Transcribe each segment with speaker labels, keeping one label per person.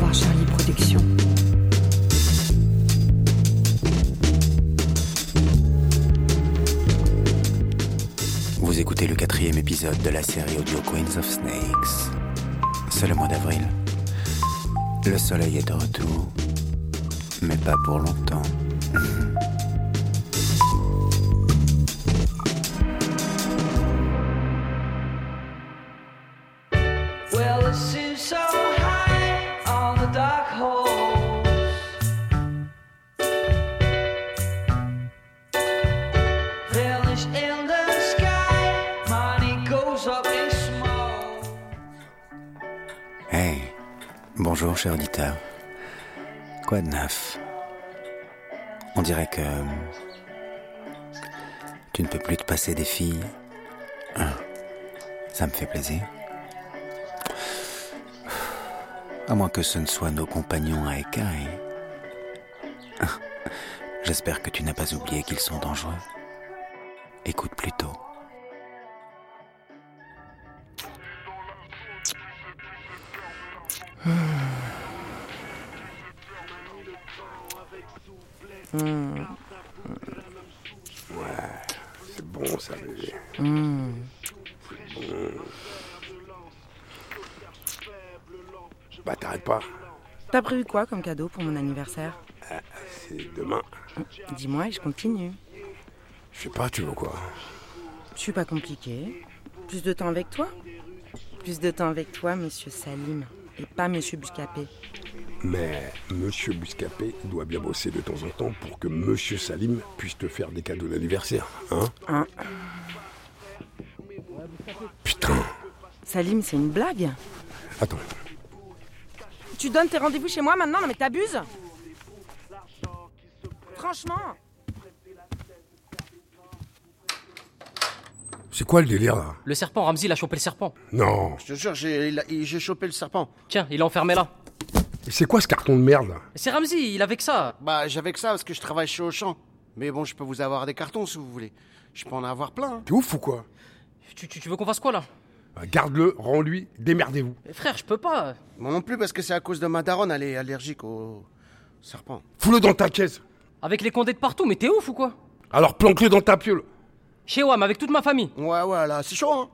Speaker 1: voir Charlie Production.
Speaker 2: Vous écoutez le quatrième épisode de la série audio Queens of Snakes. C'est le mois d'avril. Le soleil est de retour, mais pas pour longtemps.
Speaker 3: Well, it seems so high on the dark holes. Vanish in the sky, money goes up in smoke.
Speaker 2: Hey, bonjour cher auditeur. Quoi de neuf On dirait que tu ne peux plus te passer des filles. Hein, ça me fait plaisir. À moins que ce ne soient nos compagnons à écailles. J'espère que tu n'as pas oublié qu'ils sont dangereux. Écoute plutôt.
Speaker 4: Bon, ça bébé. Mmh. C'est bon. Bah, t'arrêtes pas.
Speaker 5: T'as prévu quoi comme cadeau pour mon anniversaire
Speaker 4: C'est demain.
Speaker 5: Dis-moi et je continue.
Speaker 4: Je sais pas, tu veux quoi
Speaker 5: Je suis pas compliquée. Plus de temps avec toi Plus de temps avec toi, monsieur Salim. Et pas monsieur Buscapé.
Speaker 4: Mais Monsieur Buscapé doit bien bosser de temps en temps pour que Monsieur Salim puisse te faire des cadeaux d'anniversaire, hein
Speaker 5: Hein
Speaker 4: Putain
Speaker 5: Salim, c'est une blague
Speaker 4: Attends,
Speaker 5: Tu donnes tes rendez-vous chez moi maintenant Non mais t'abuses Franchement
Speaker 4: c'est quoi le délire, là
Speaker 6: Le serpent, Ramzi, il a chopé le serpent.
Speaker 4: Non
Speaker 7: Je te jure, j'ai il a- il- j'ai chopé le serpent.
Speaker 6: Tiens, il est enfermé là.
Speaker 4: C'est quoi ce carton de merde, là
Speaker 6: C'est Ramzi, il avait que ça.
Speaker 7: Bah, j'avais que ça parce que je travaille chez Auchan. Mais bon, je peux vous avoir des cartons si vous voulez. Je peux en avoir plein. hein.
Speaker 4: T'es ouf ou quoi
Speaker 6: Tu, tu- tu veux qu'on fasse quoi là
Speaker 4: Bah, Garde-le, rends-lui, démerdez-vous.
Speaker 6: Mais Frère, je peux pas.
Speaker 7: Moi non plus parce que c'est à cause de ma daronne, elle est allergique au serpent.
Speaker 4: Fous-le dans ta caisse
Speaker 6: Avec les condés de partout, mais t'es ouf ou quoi
Speaker 4: Alors planque-le dans ta piole
Speaker 6: Chez Wam, avec toute ma famille.
Speaker 7: Ouais, ouais, là, c'est chaud, hein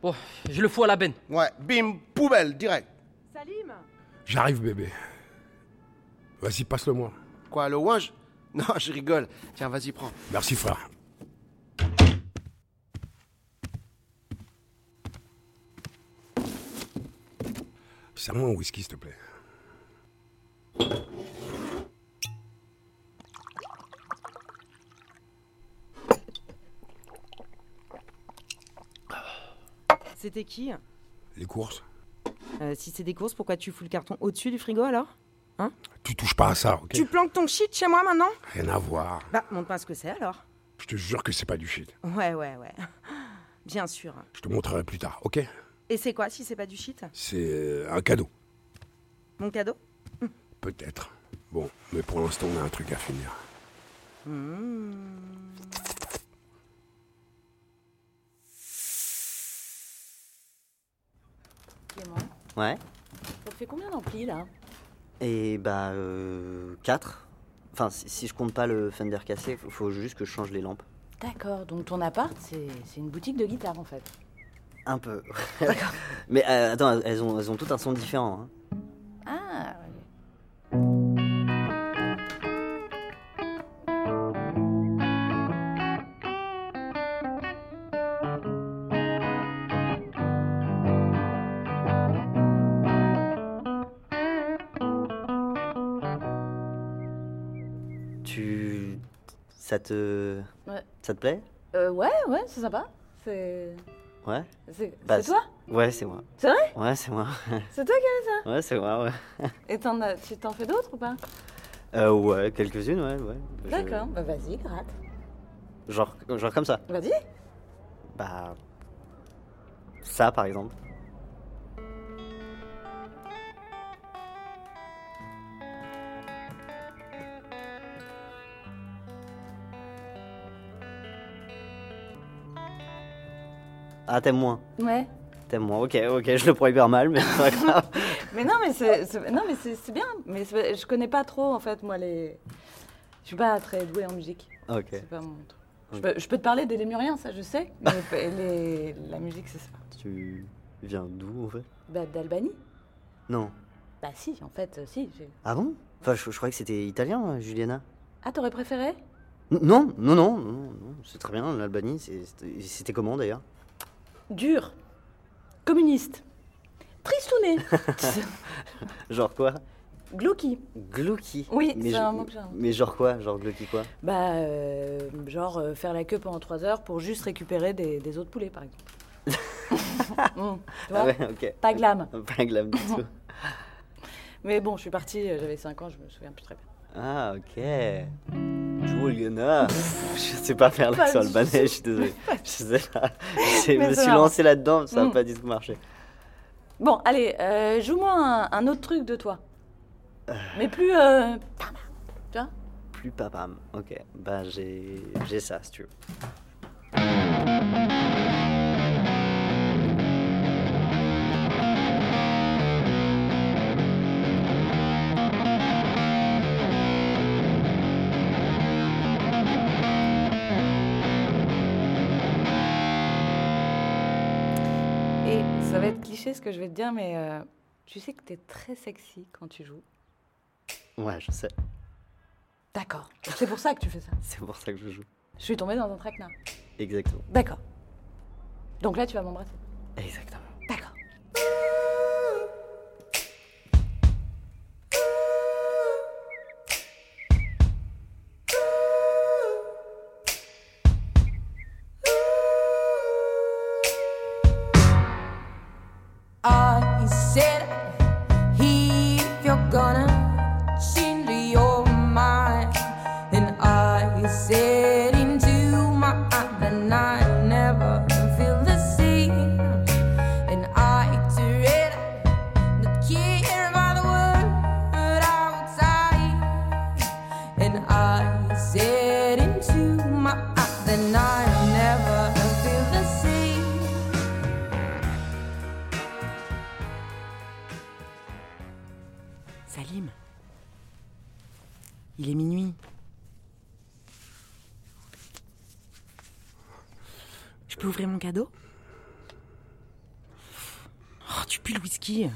Speaker 6: Bon, je le fous à la benne.
Speaker 7: Ouais, bim, poubelle, direct.
Speaker 5: Salim
Speaker 4: J'arrive, bébé. Vas-y, passe-le-moi.
Speaker 7: Quoi, le ouinge Non, je rigole. Tiens, vas-y, prends.
Speaker 4: Merci, frère. Serre-moi un whisky, s'il te plaît.
Speaker 5: C'était qui
Speaker 4: Les courses
Speaker 5: Euh, Si c'est des courses, pourquoi tu fous le carton au-dessus du frigo alors
Speaker 4: Tu touches pas à ça, ok
Speaker 5: Tu planques ton shit chez moi maintenant
Speaker 4: Rien à voir.
Speaker 5: Bah, montre-moi ce que c'est alors.
Speaker 4: Je te jure que c'est pas du shit.
Speaker 5: Ouais, ouais, ouais. Bien sûr.
Speaker 4: Je te montrerai plus tard, ok
Speaker 5: Et c'est quoi si c'est pas du shit
Speaker 4: C'est euh, un cadeau,
Speaker 5: Mon cadeau
Speaker 4: peut-être. Bon, mais pour l'instant, on a un truc à finir.
Speaker 8: Clément,
Speaker 9: Ouais.
Speaker 8: ça te fait combien d'amplis là
Speaker 9: Et bah, euh, 4. Enfin, si, si je compte pas le Fender cassé, faut- faut juste que je change les lampes.
Speaker 8: D'accord, donc ton appart, c'est c'est une boutique de guitare en fait.
Speaker 9: Un peu. Mais euh, attends, elles ont, elles ont toutes un son différent. hein.
Speaker 8: Ah,
Speaker 9: Tu. Ça te.
Speaker 8: Ouais.
Speaker 9: Ça te plaît
Speaker 8: euh, ouais, ouais, c'est sympa. C'est.
Speaker 9: Ouais
Speaker 8: C'est
Speaker 9: Bah,
Speaker 8: c'est toi
Speaker 9: Ouais, c'est moi.
Speaker 8: C'est vrai
Speaker 9: Ouais, c'est moi.
Speaker 8: C'est toi qui as ça
Speaker 9: ouais, c'est moi, ouais.
Speaker 8: Et t'en as- tu t'en fais d'autres ou pas
Speaker 9: Euh, ouais, quelques-unes, ouais, ouais. Je-
Speaker 8: D'accord, bah vas-y, gratte.
Speaker 9: Genre, genre comme ça.
Speaker 8: Vas-y
Speaker 9: Bah. Ça, par exemple. Ah, t'aimes moins.
Speaker 8: Ouais.
Speaker 9: Ah, t'aimes moins. Ok, ok, je le prends hyper mal, mais c'est pas grave.
Speaker 3: Mais non, mais c'est c'est- non, mais c'est- c'est bien. Mais c'est- je connais pas trop, en fait, moi, les. Je suis pas très douée en musique.
Speaker 9: Ok.
Speaker 3: C'est pas mon truc. Je peux, je peux te parler des Lémuriens, ça, je sais. Mais les- la musique, c'est ça.
Speaker 9: Tu viens d'où en fait
Speaker 3: Bah, D'Albanie
Speaker 9: Non.
Speaker 3: Bah, si, en fait, euh, si. j'ai-
Speaker 9: Ah bon Enfin, je, je croyais que c'était italien, euh, Juliana.
Speaker 3: Ah, t'aurais préféré
Speaker 9: N- Non, non, non, non, non, c'est très bien, l'Albanie, c'est- c'était c'était comment d'ailleurs
Speaker 3: Dur. Communiste. Tristouné.
Speaker 9: Genre quoi
Speaker 3: Glauqui.
Speaker 9: Glauqui
Speaker 3: Oui,
Speaker 9: Mais
Speaker 3: c'est
Speaker 9: je-
Speaker 3: un mot que j'ai inventé.
Speaker 9: Mais genre quoi Genre glauqui quoi
Speaker 3: Bah, euh, genre euh, faire la queue pendant 3 heures pour juste récupérer des, des os de poulet, par exemple. Mm, tu vois
Speaker 9: Ah ouais, ok.
Speaker 3: Pas glam.
Speaker 9: Pas glam du tout.
Speaker 3: Mais bon, je suis partie, euh, j'avais 5 ans, je me souviens plus très bien.
Speaker 9: Ah, ok. Juliana Je sais pas faire
Speaker 3: Pas
Speaker 9: l'accent
Speaker 3: du
Speaker 9: albanais, je suis désolé. Je sais pas. Je
Speaker 3: Mais
Speaker 9: me
Speaker 3: c'est
Speaker 9: suis
Speaker 3: marrant.
Speaker 9: lancé là-dedans, ça n'a
Speaker 3: Mm.
Speaker 9: pas du tout marché.
Speaker 3: Bon, allez, euh, joue-moi un, un autre truc de toi. Mais plus. euh, Tu vois
Speaker 9: Plus papam. Ok, bah j'ai j'ai ça si tu veux.
Speaker 3: Et ça va être cliché ce que je vais te dire, mais euh, tu sais que t'es très sexy quand tu joues.
Speaker 9: Ouais, je sais.
Speaker 3: D'accord. C'est pour ça que tu fais ça.
Speaker 9: C'est pour ça que je joue.
Speaker 3: Je suis tombée dans un traquenard.
Speaker 9: Exactement.
Speaker 3: D'accord. Donc là, tu vas m'embrasser.
Speaker 9: Exactement.
Speaker 3: D'accord.
Speaker 10: Ah, he said, if you're gonna change your mind, then I said into my eye, then I never feel the same. And I to it, not care about the word outside. And I said into my eye, then I never feel the same.
Speaker 5: Salim Il est minuit. Je peux ouvrir mon cadeau Oh, tu pues le whisky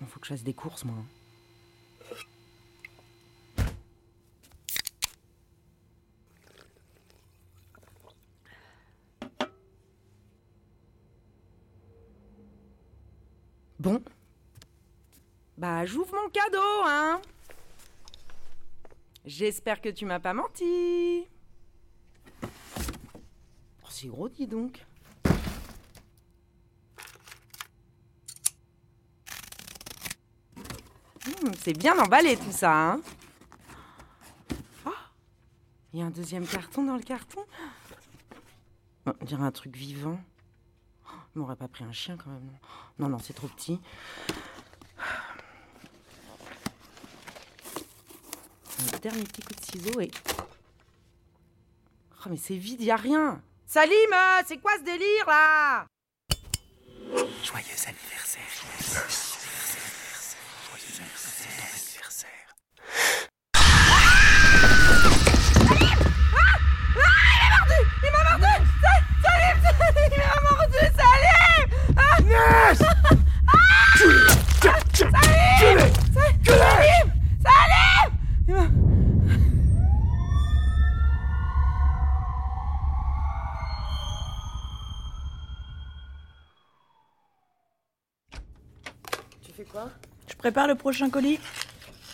Speaker 5: Bon, Faut que je fasse des courses, moi. Bon. Bah, j'ouvre mon cadeau, hein. J'espère que tu m'as pas menti. Oh, c'est gros, dis donc. Hmm, c'est bien emballé tout ça, hein. Oh, Il y a un deuxième carton dans le carton. Oh, On dirait un truc vivant. Oh, Il m'aurait pas pris un chien quand même, non non, non, c'est trop petit. Un dernier petit coup de ciseau et. Oh, mais c'est vide, y a rien Salim, euh, c'est quoi ce délire là
Speaker 11: Joyeux anniversaire. Joyeux anniversaire. Joyeux anniversaire.
Speaker 5: Tu fais quoi
Speaker 12: Je prépare le prochain colis.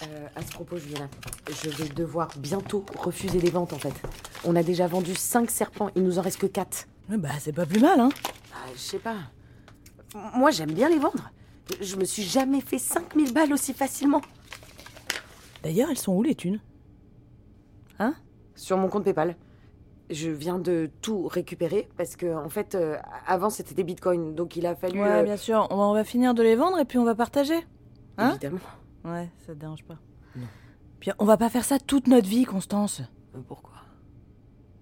Speaker 1: Euh, à ce propos, Juliana, je vais devoir bientôt refuser les ventes en fait. On a déjà vendu 5 serpents, il nous en reste que 4.
Speaker 12: Ouais, Bah, c'est pas plus mal, hein.
Speaker 1: Ah, je sais pas. M- Moi, j'aime bien les vendre. Je me suis jamais fait 5000 balles aussi facilement.
Speaker 12: D'ailleurs, elles sont où les thunes
Speaker 1: Sur mon compte PayPal. je viens de tout récupérer parce que, en fait, euh, avant c'était des bitcoins, donc il a fallu. euh,
Speaker 3: Ouais, bien sûr. On va, on va finir de les vendre et puis on va partager. Hein
Speaker 1: Évidemment.
Speaker 3: Ouais, ça te dérange pas. Puis on va pas faire ça toute notre vie, Constance.
Speaker 1: Euh, Pourquoi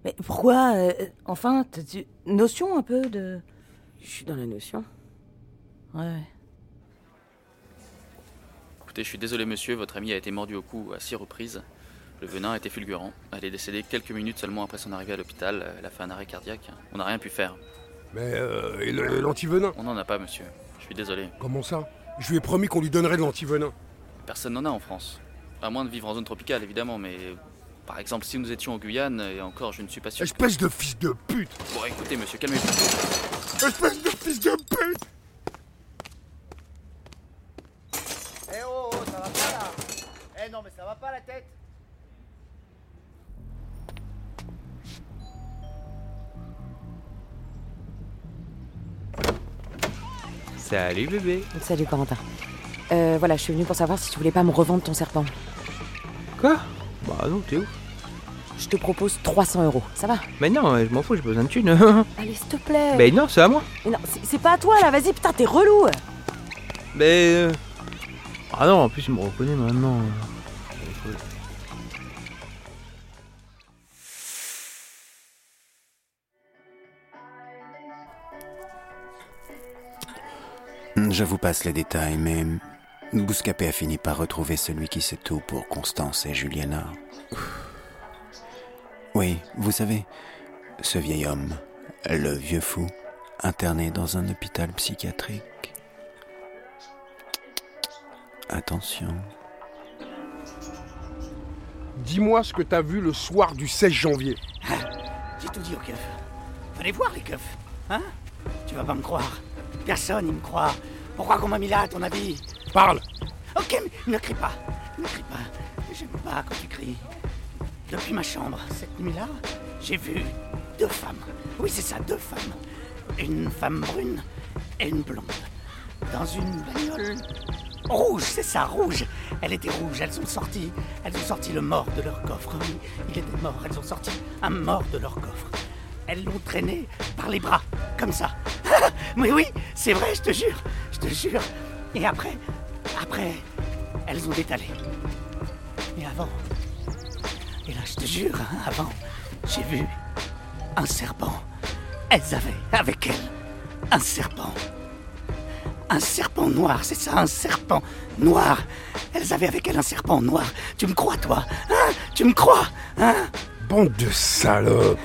Speaker 3: Mais pourquoi euh, Enfin, t'as tu- notion un peu de.
Speaker 1: Je suis dans la notion.
Speaker 3: Ouais, ouais.
Speaker 5: Écoutez, je suis désolé monsieur, votre ami a été mordu au cou à six reprises. Le venin était fulgurant. Elle est décédée quelques minutes seulement après son arrivée à l'hôpital. euh, Elle a fait un arrêt cardiaque. On n'a rien pu faire.
Speaker 4: Mais euh, et le- et l'antivenin
Speaker 5: On n'en a pas monsieur. Je suis désolé.
Speaker 4: Comment ça Je lui ai promis qu'on lui donnerait de l'antivenin.
Speaker 5: Personne n'en a en France. À moins de vivre en zone tropicale évidemment, mais par exemple si nous étions en Guyane, et encore je ne suis pas sûr. que-
Speaker 4: Espèce de fils de pute
Speaker 5: Bon écoutez monsieur, calmez-vous.
Speaker 4: Espèce de fils de pute
Speaker 13: Eh oh, oh, ça va pas là Eh non, mais ça va pas la tête
Speaker 14: Salut bébé.
Speaker 1: Salut Corentin. Euh, voilà, je suis venue pour savoir si tu voulais pas me revendre ton serpent.
Speaker 14: Quoi Bah non, t'es où
Speaker 1: Je te propose 300 euros, ça va
Speaker 14: Mais non, euh, je m'en fous, j'ai pas besoin de thunes.
Speaker 1: Allez, s'il te plaît.
Speaker 14: Mais non, c'est à moi.
Speaker 1: Mais non, c'est- c'est pas à toi là, vas-y, putain, t'es relou.
Speaker 14: Mais. euh, Ah non, en plus, il me reconnaît maintenant.
Speaker 15: Je vous passe les détails, mais Bouscapé a fini par retrouver celui qui sait tout pour Constance et Juliana. Oui, vous savez, ce vieil homme, le vieux fou, interné dans un hôpital psychiatrique. Attention.
Speaker 4: Dis-moi ce que t'as vu le soir du 16 janvier.
Speaker 2: Hein J'ai tout dit au keufs. Venez voir les keufs. Hein Tu vas pas me croire. Personne ne me croit. Pourquoi qu'on m'a mis là, à ton avis
Speaker 4: Parle
Speaker 2: Ok, mais ne crie pas. Ne crie pas. J'aime pas quand tu cries. Depuis ma chambre, cette nuit-là, j'ai vu deux femmes. Oui, c'est ça, deux femmes. Une femme brune et une blonde. Dans une bagnole rouge, c'est ça, rouge. Elle était rouge, elles ont sorti. Elles ont sorti le mort de leur coffre. Oui, il était mort, elles ont sorti un mort de leur coffre. Elles l'ont traîné par les bras, comme ça. oui, oui, c'est vrai, je te jure, je te jure. Et après, après, elles ont détalé. Mais avant, et là, je te jure, hein, avant, j'ai vu un serpent. Elles avaient avec elles un serpent. Un serpent noir, c'est ça, un serpent noir. Elles avaient avec elles un serpent noir. Tu me crois, toi Hein Tu me crois Hein
Speaker 4: Bande de salopes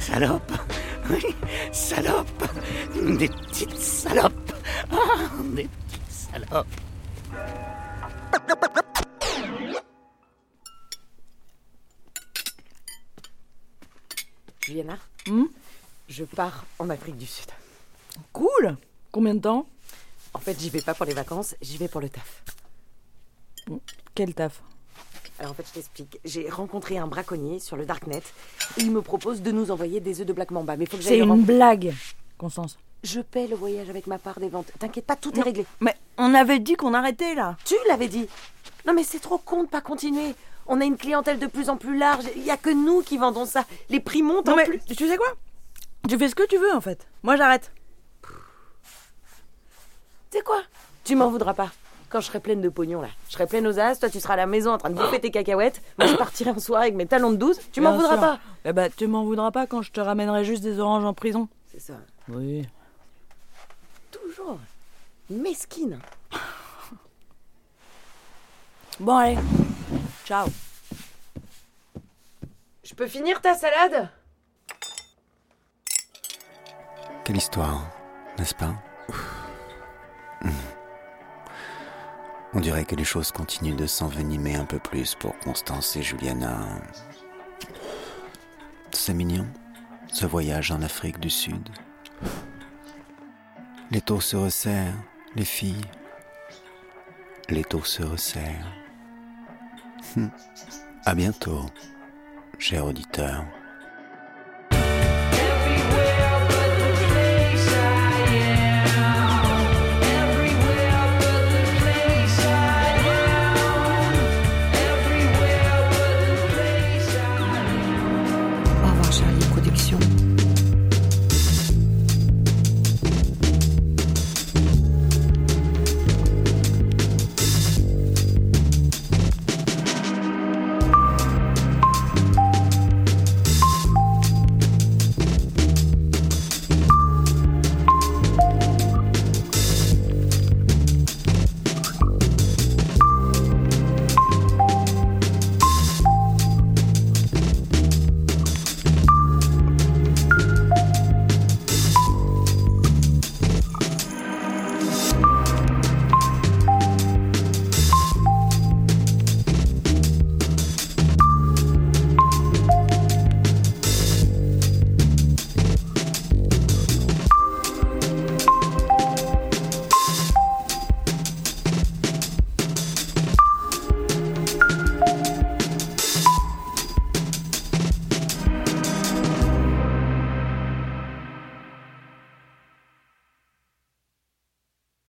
Speaker 2: Salope Oui, salope Des petites salopes Ah, Des petites salopes
Speaker 1: Juliana, je pars en Afrique du Sud.
Speaker 3: Cool Combien de temps
Speaker 1: En fait, j'y vais pas pour les vacances, j'y vais pour le taf.
Speaker 3: Quel taf
Speaker 1: Alors en fait, je t'explique. J'ai rencontré un braconnier sur le Darknet. Il me propose de nous envoyer des œufs de Black Mamba, mais faut que j'aille
Speaker 3: C'est
Speaker 1: le
Speaker 3: une
Speaker 1: rencontrer.
Speaker 3: blague, Constance.
Speaker 1: Je paie le voyage avec ma part des ventes. T'inquiète pas, tout est réglé.
Speaker 3: Mais on avait dit qu'on arrêtait là.
Speaker 1: Tu l'avais dit. Non mais c'est trop con de pas continuer. On a une clientèle de plus en plus large. Il y a que nous qui vendons ça. Les prix montent
Speaker 3: Non
Speaker 1: en
Speaker 3: mais
Speaker 1: plus.
Speaker 3: tu sais quoi Tu fais ce que tu veux en fait. Moi j'arrête.
Speaker 1: Tu sais quoi Tu m'en voudras pas. Quand je serai pleine de pognon là, je serai pleine aux as, toi tu seras à la maison en train de bouffer tes cacahuètes. Moi je partirai en soirée avec mes talons de 12. Tu m'en
Speaker 3: Bien
Speaker 1: voudras
Speaker 3: sûr.
Speaker 1: pas.
Speaker 3: Eh bah tu m'en voudras pas quand je te ramènerai juste des oranges en prison.
Speaker 1: C'est ça.
Speaker 3: Oui.
Speaker 1: Toujours. Mesquine.
Speaker 3: Bon allez. Ciao.
Speaker 1: Je peux finir ta salade
Speaker 15: Quelle histoire, n'est-ce pas Hmm. On dirait que les choses continuent de s'envenimer un peu plus pour Constance et Juliana. C'est mignon, ce voyage en Afrique du Sud. Les taux se resserrent, les filles. Les taux se resserrent. Hmm. À bientôt, cher auditeur.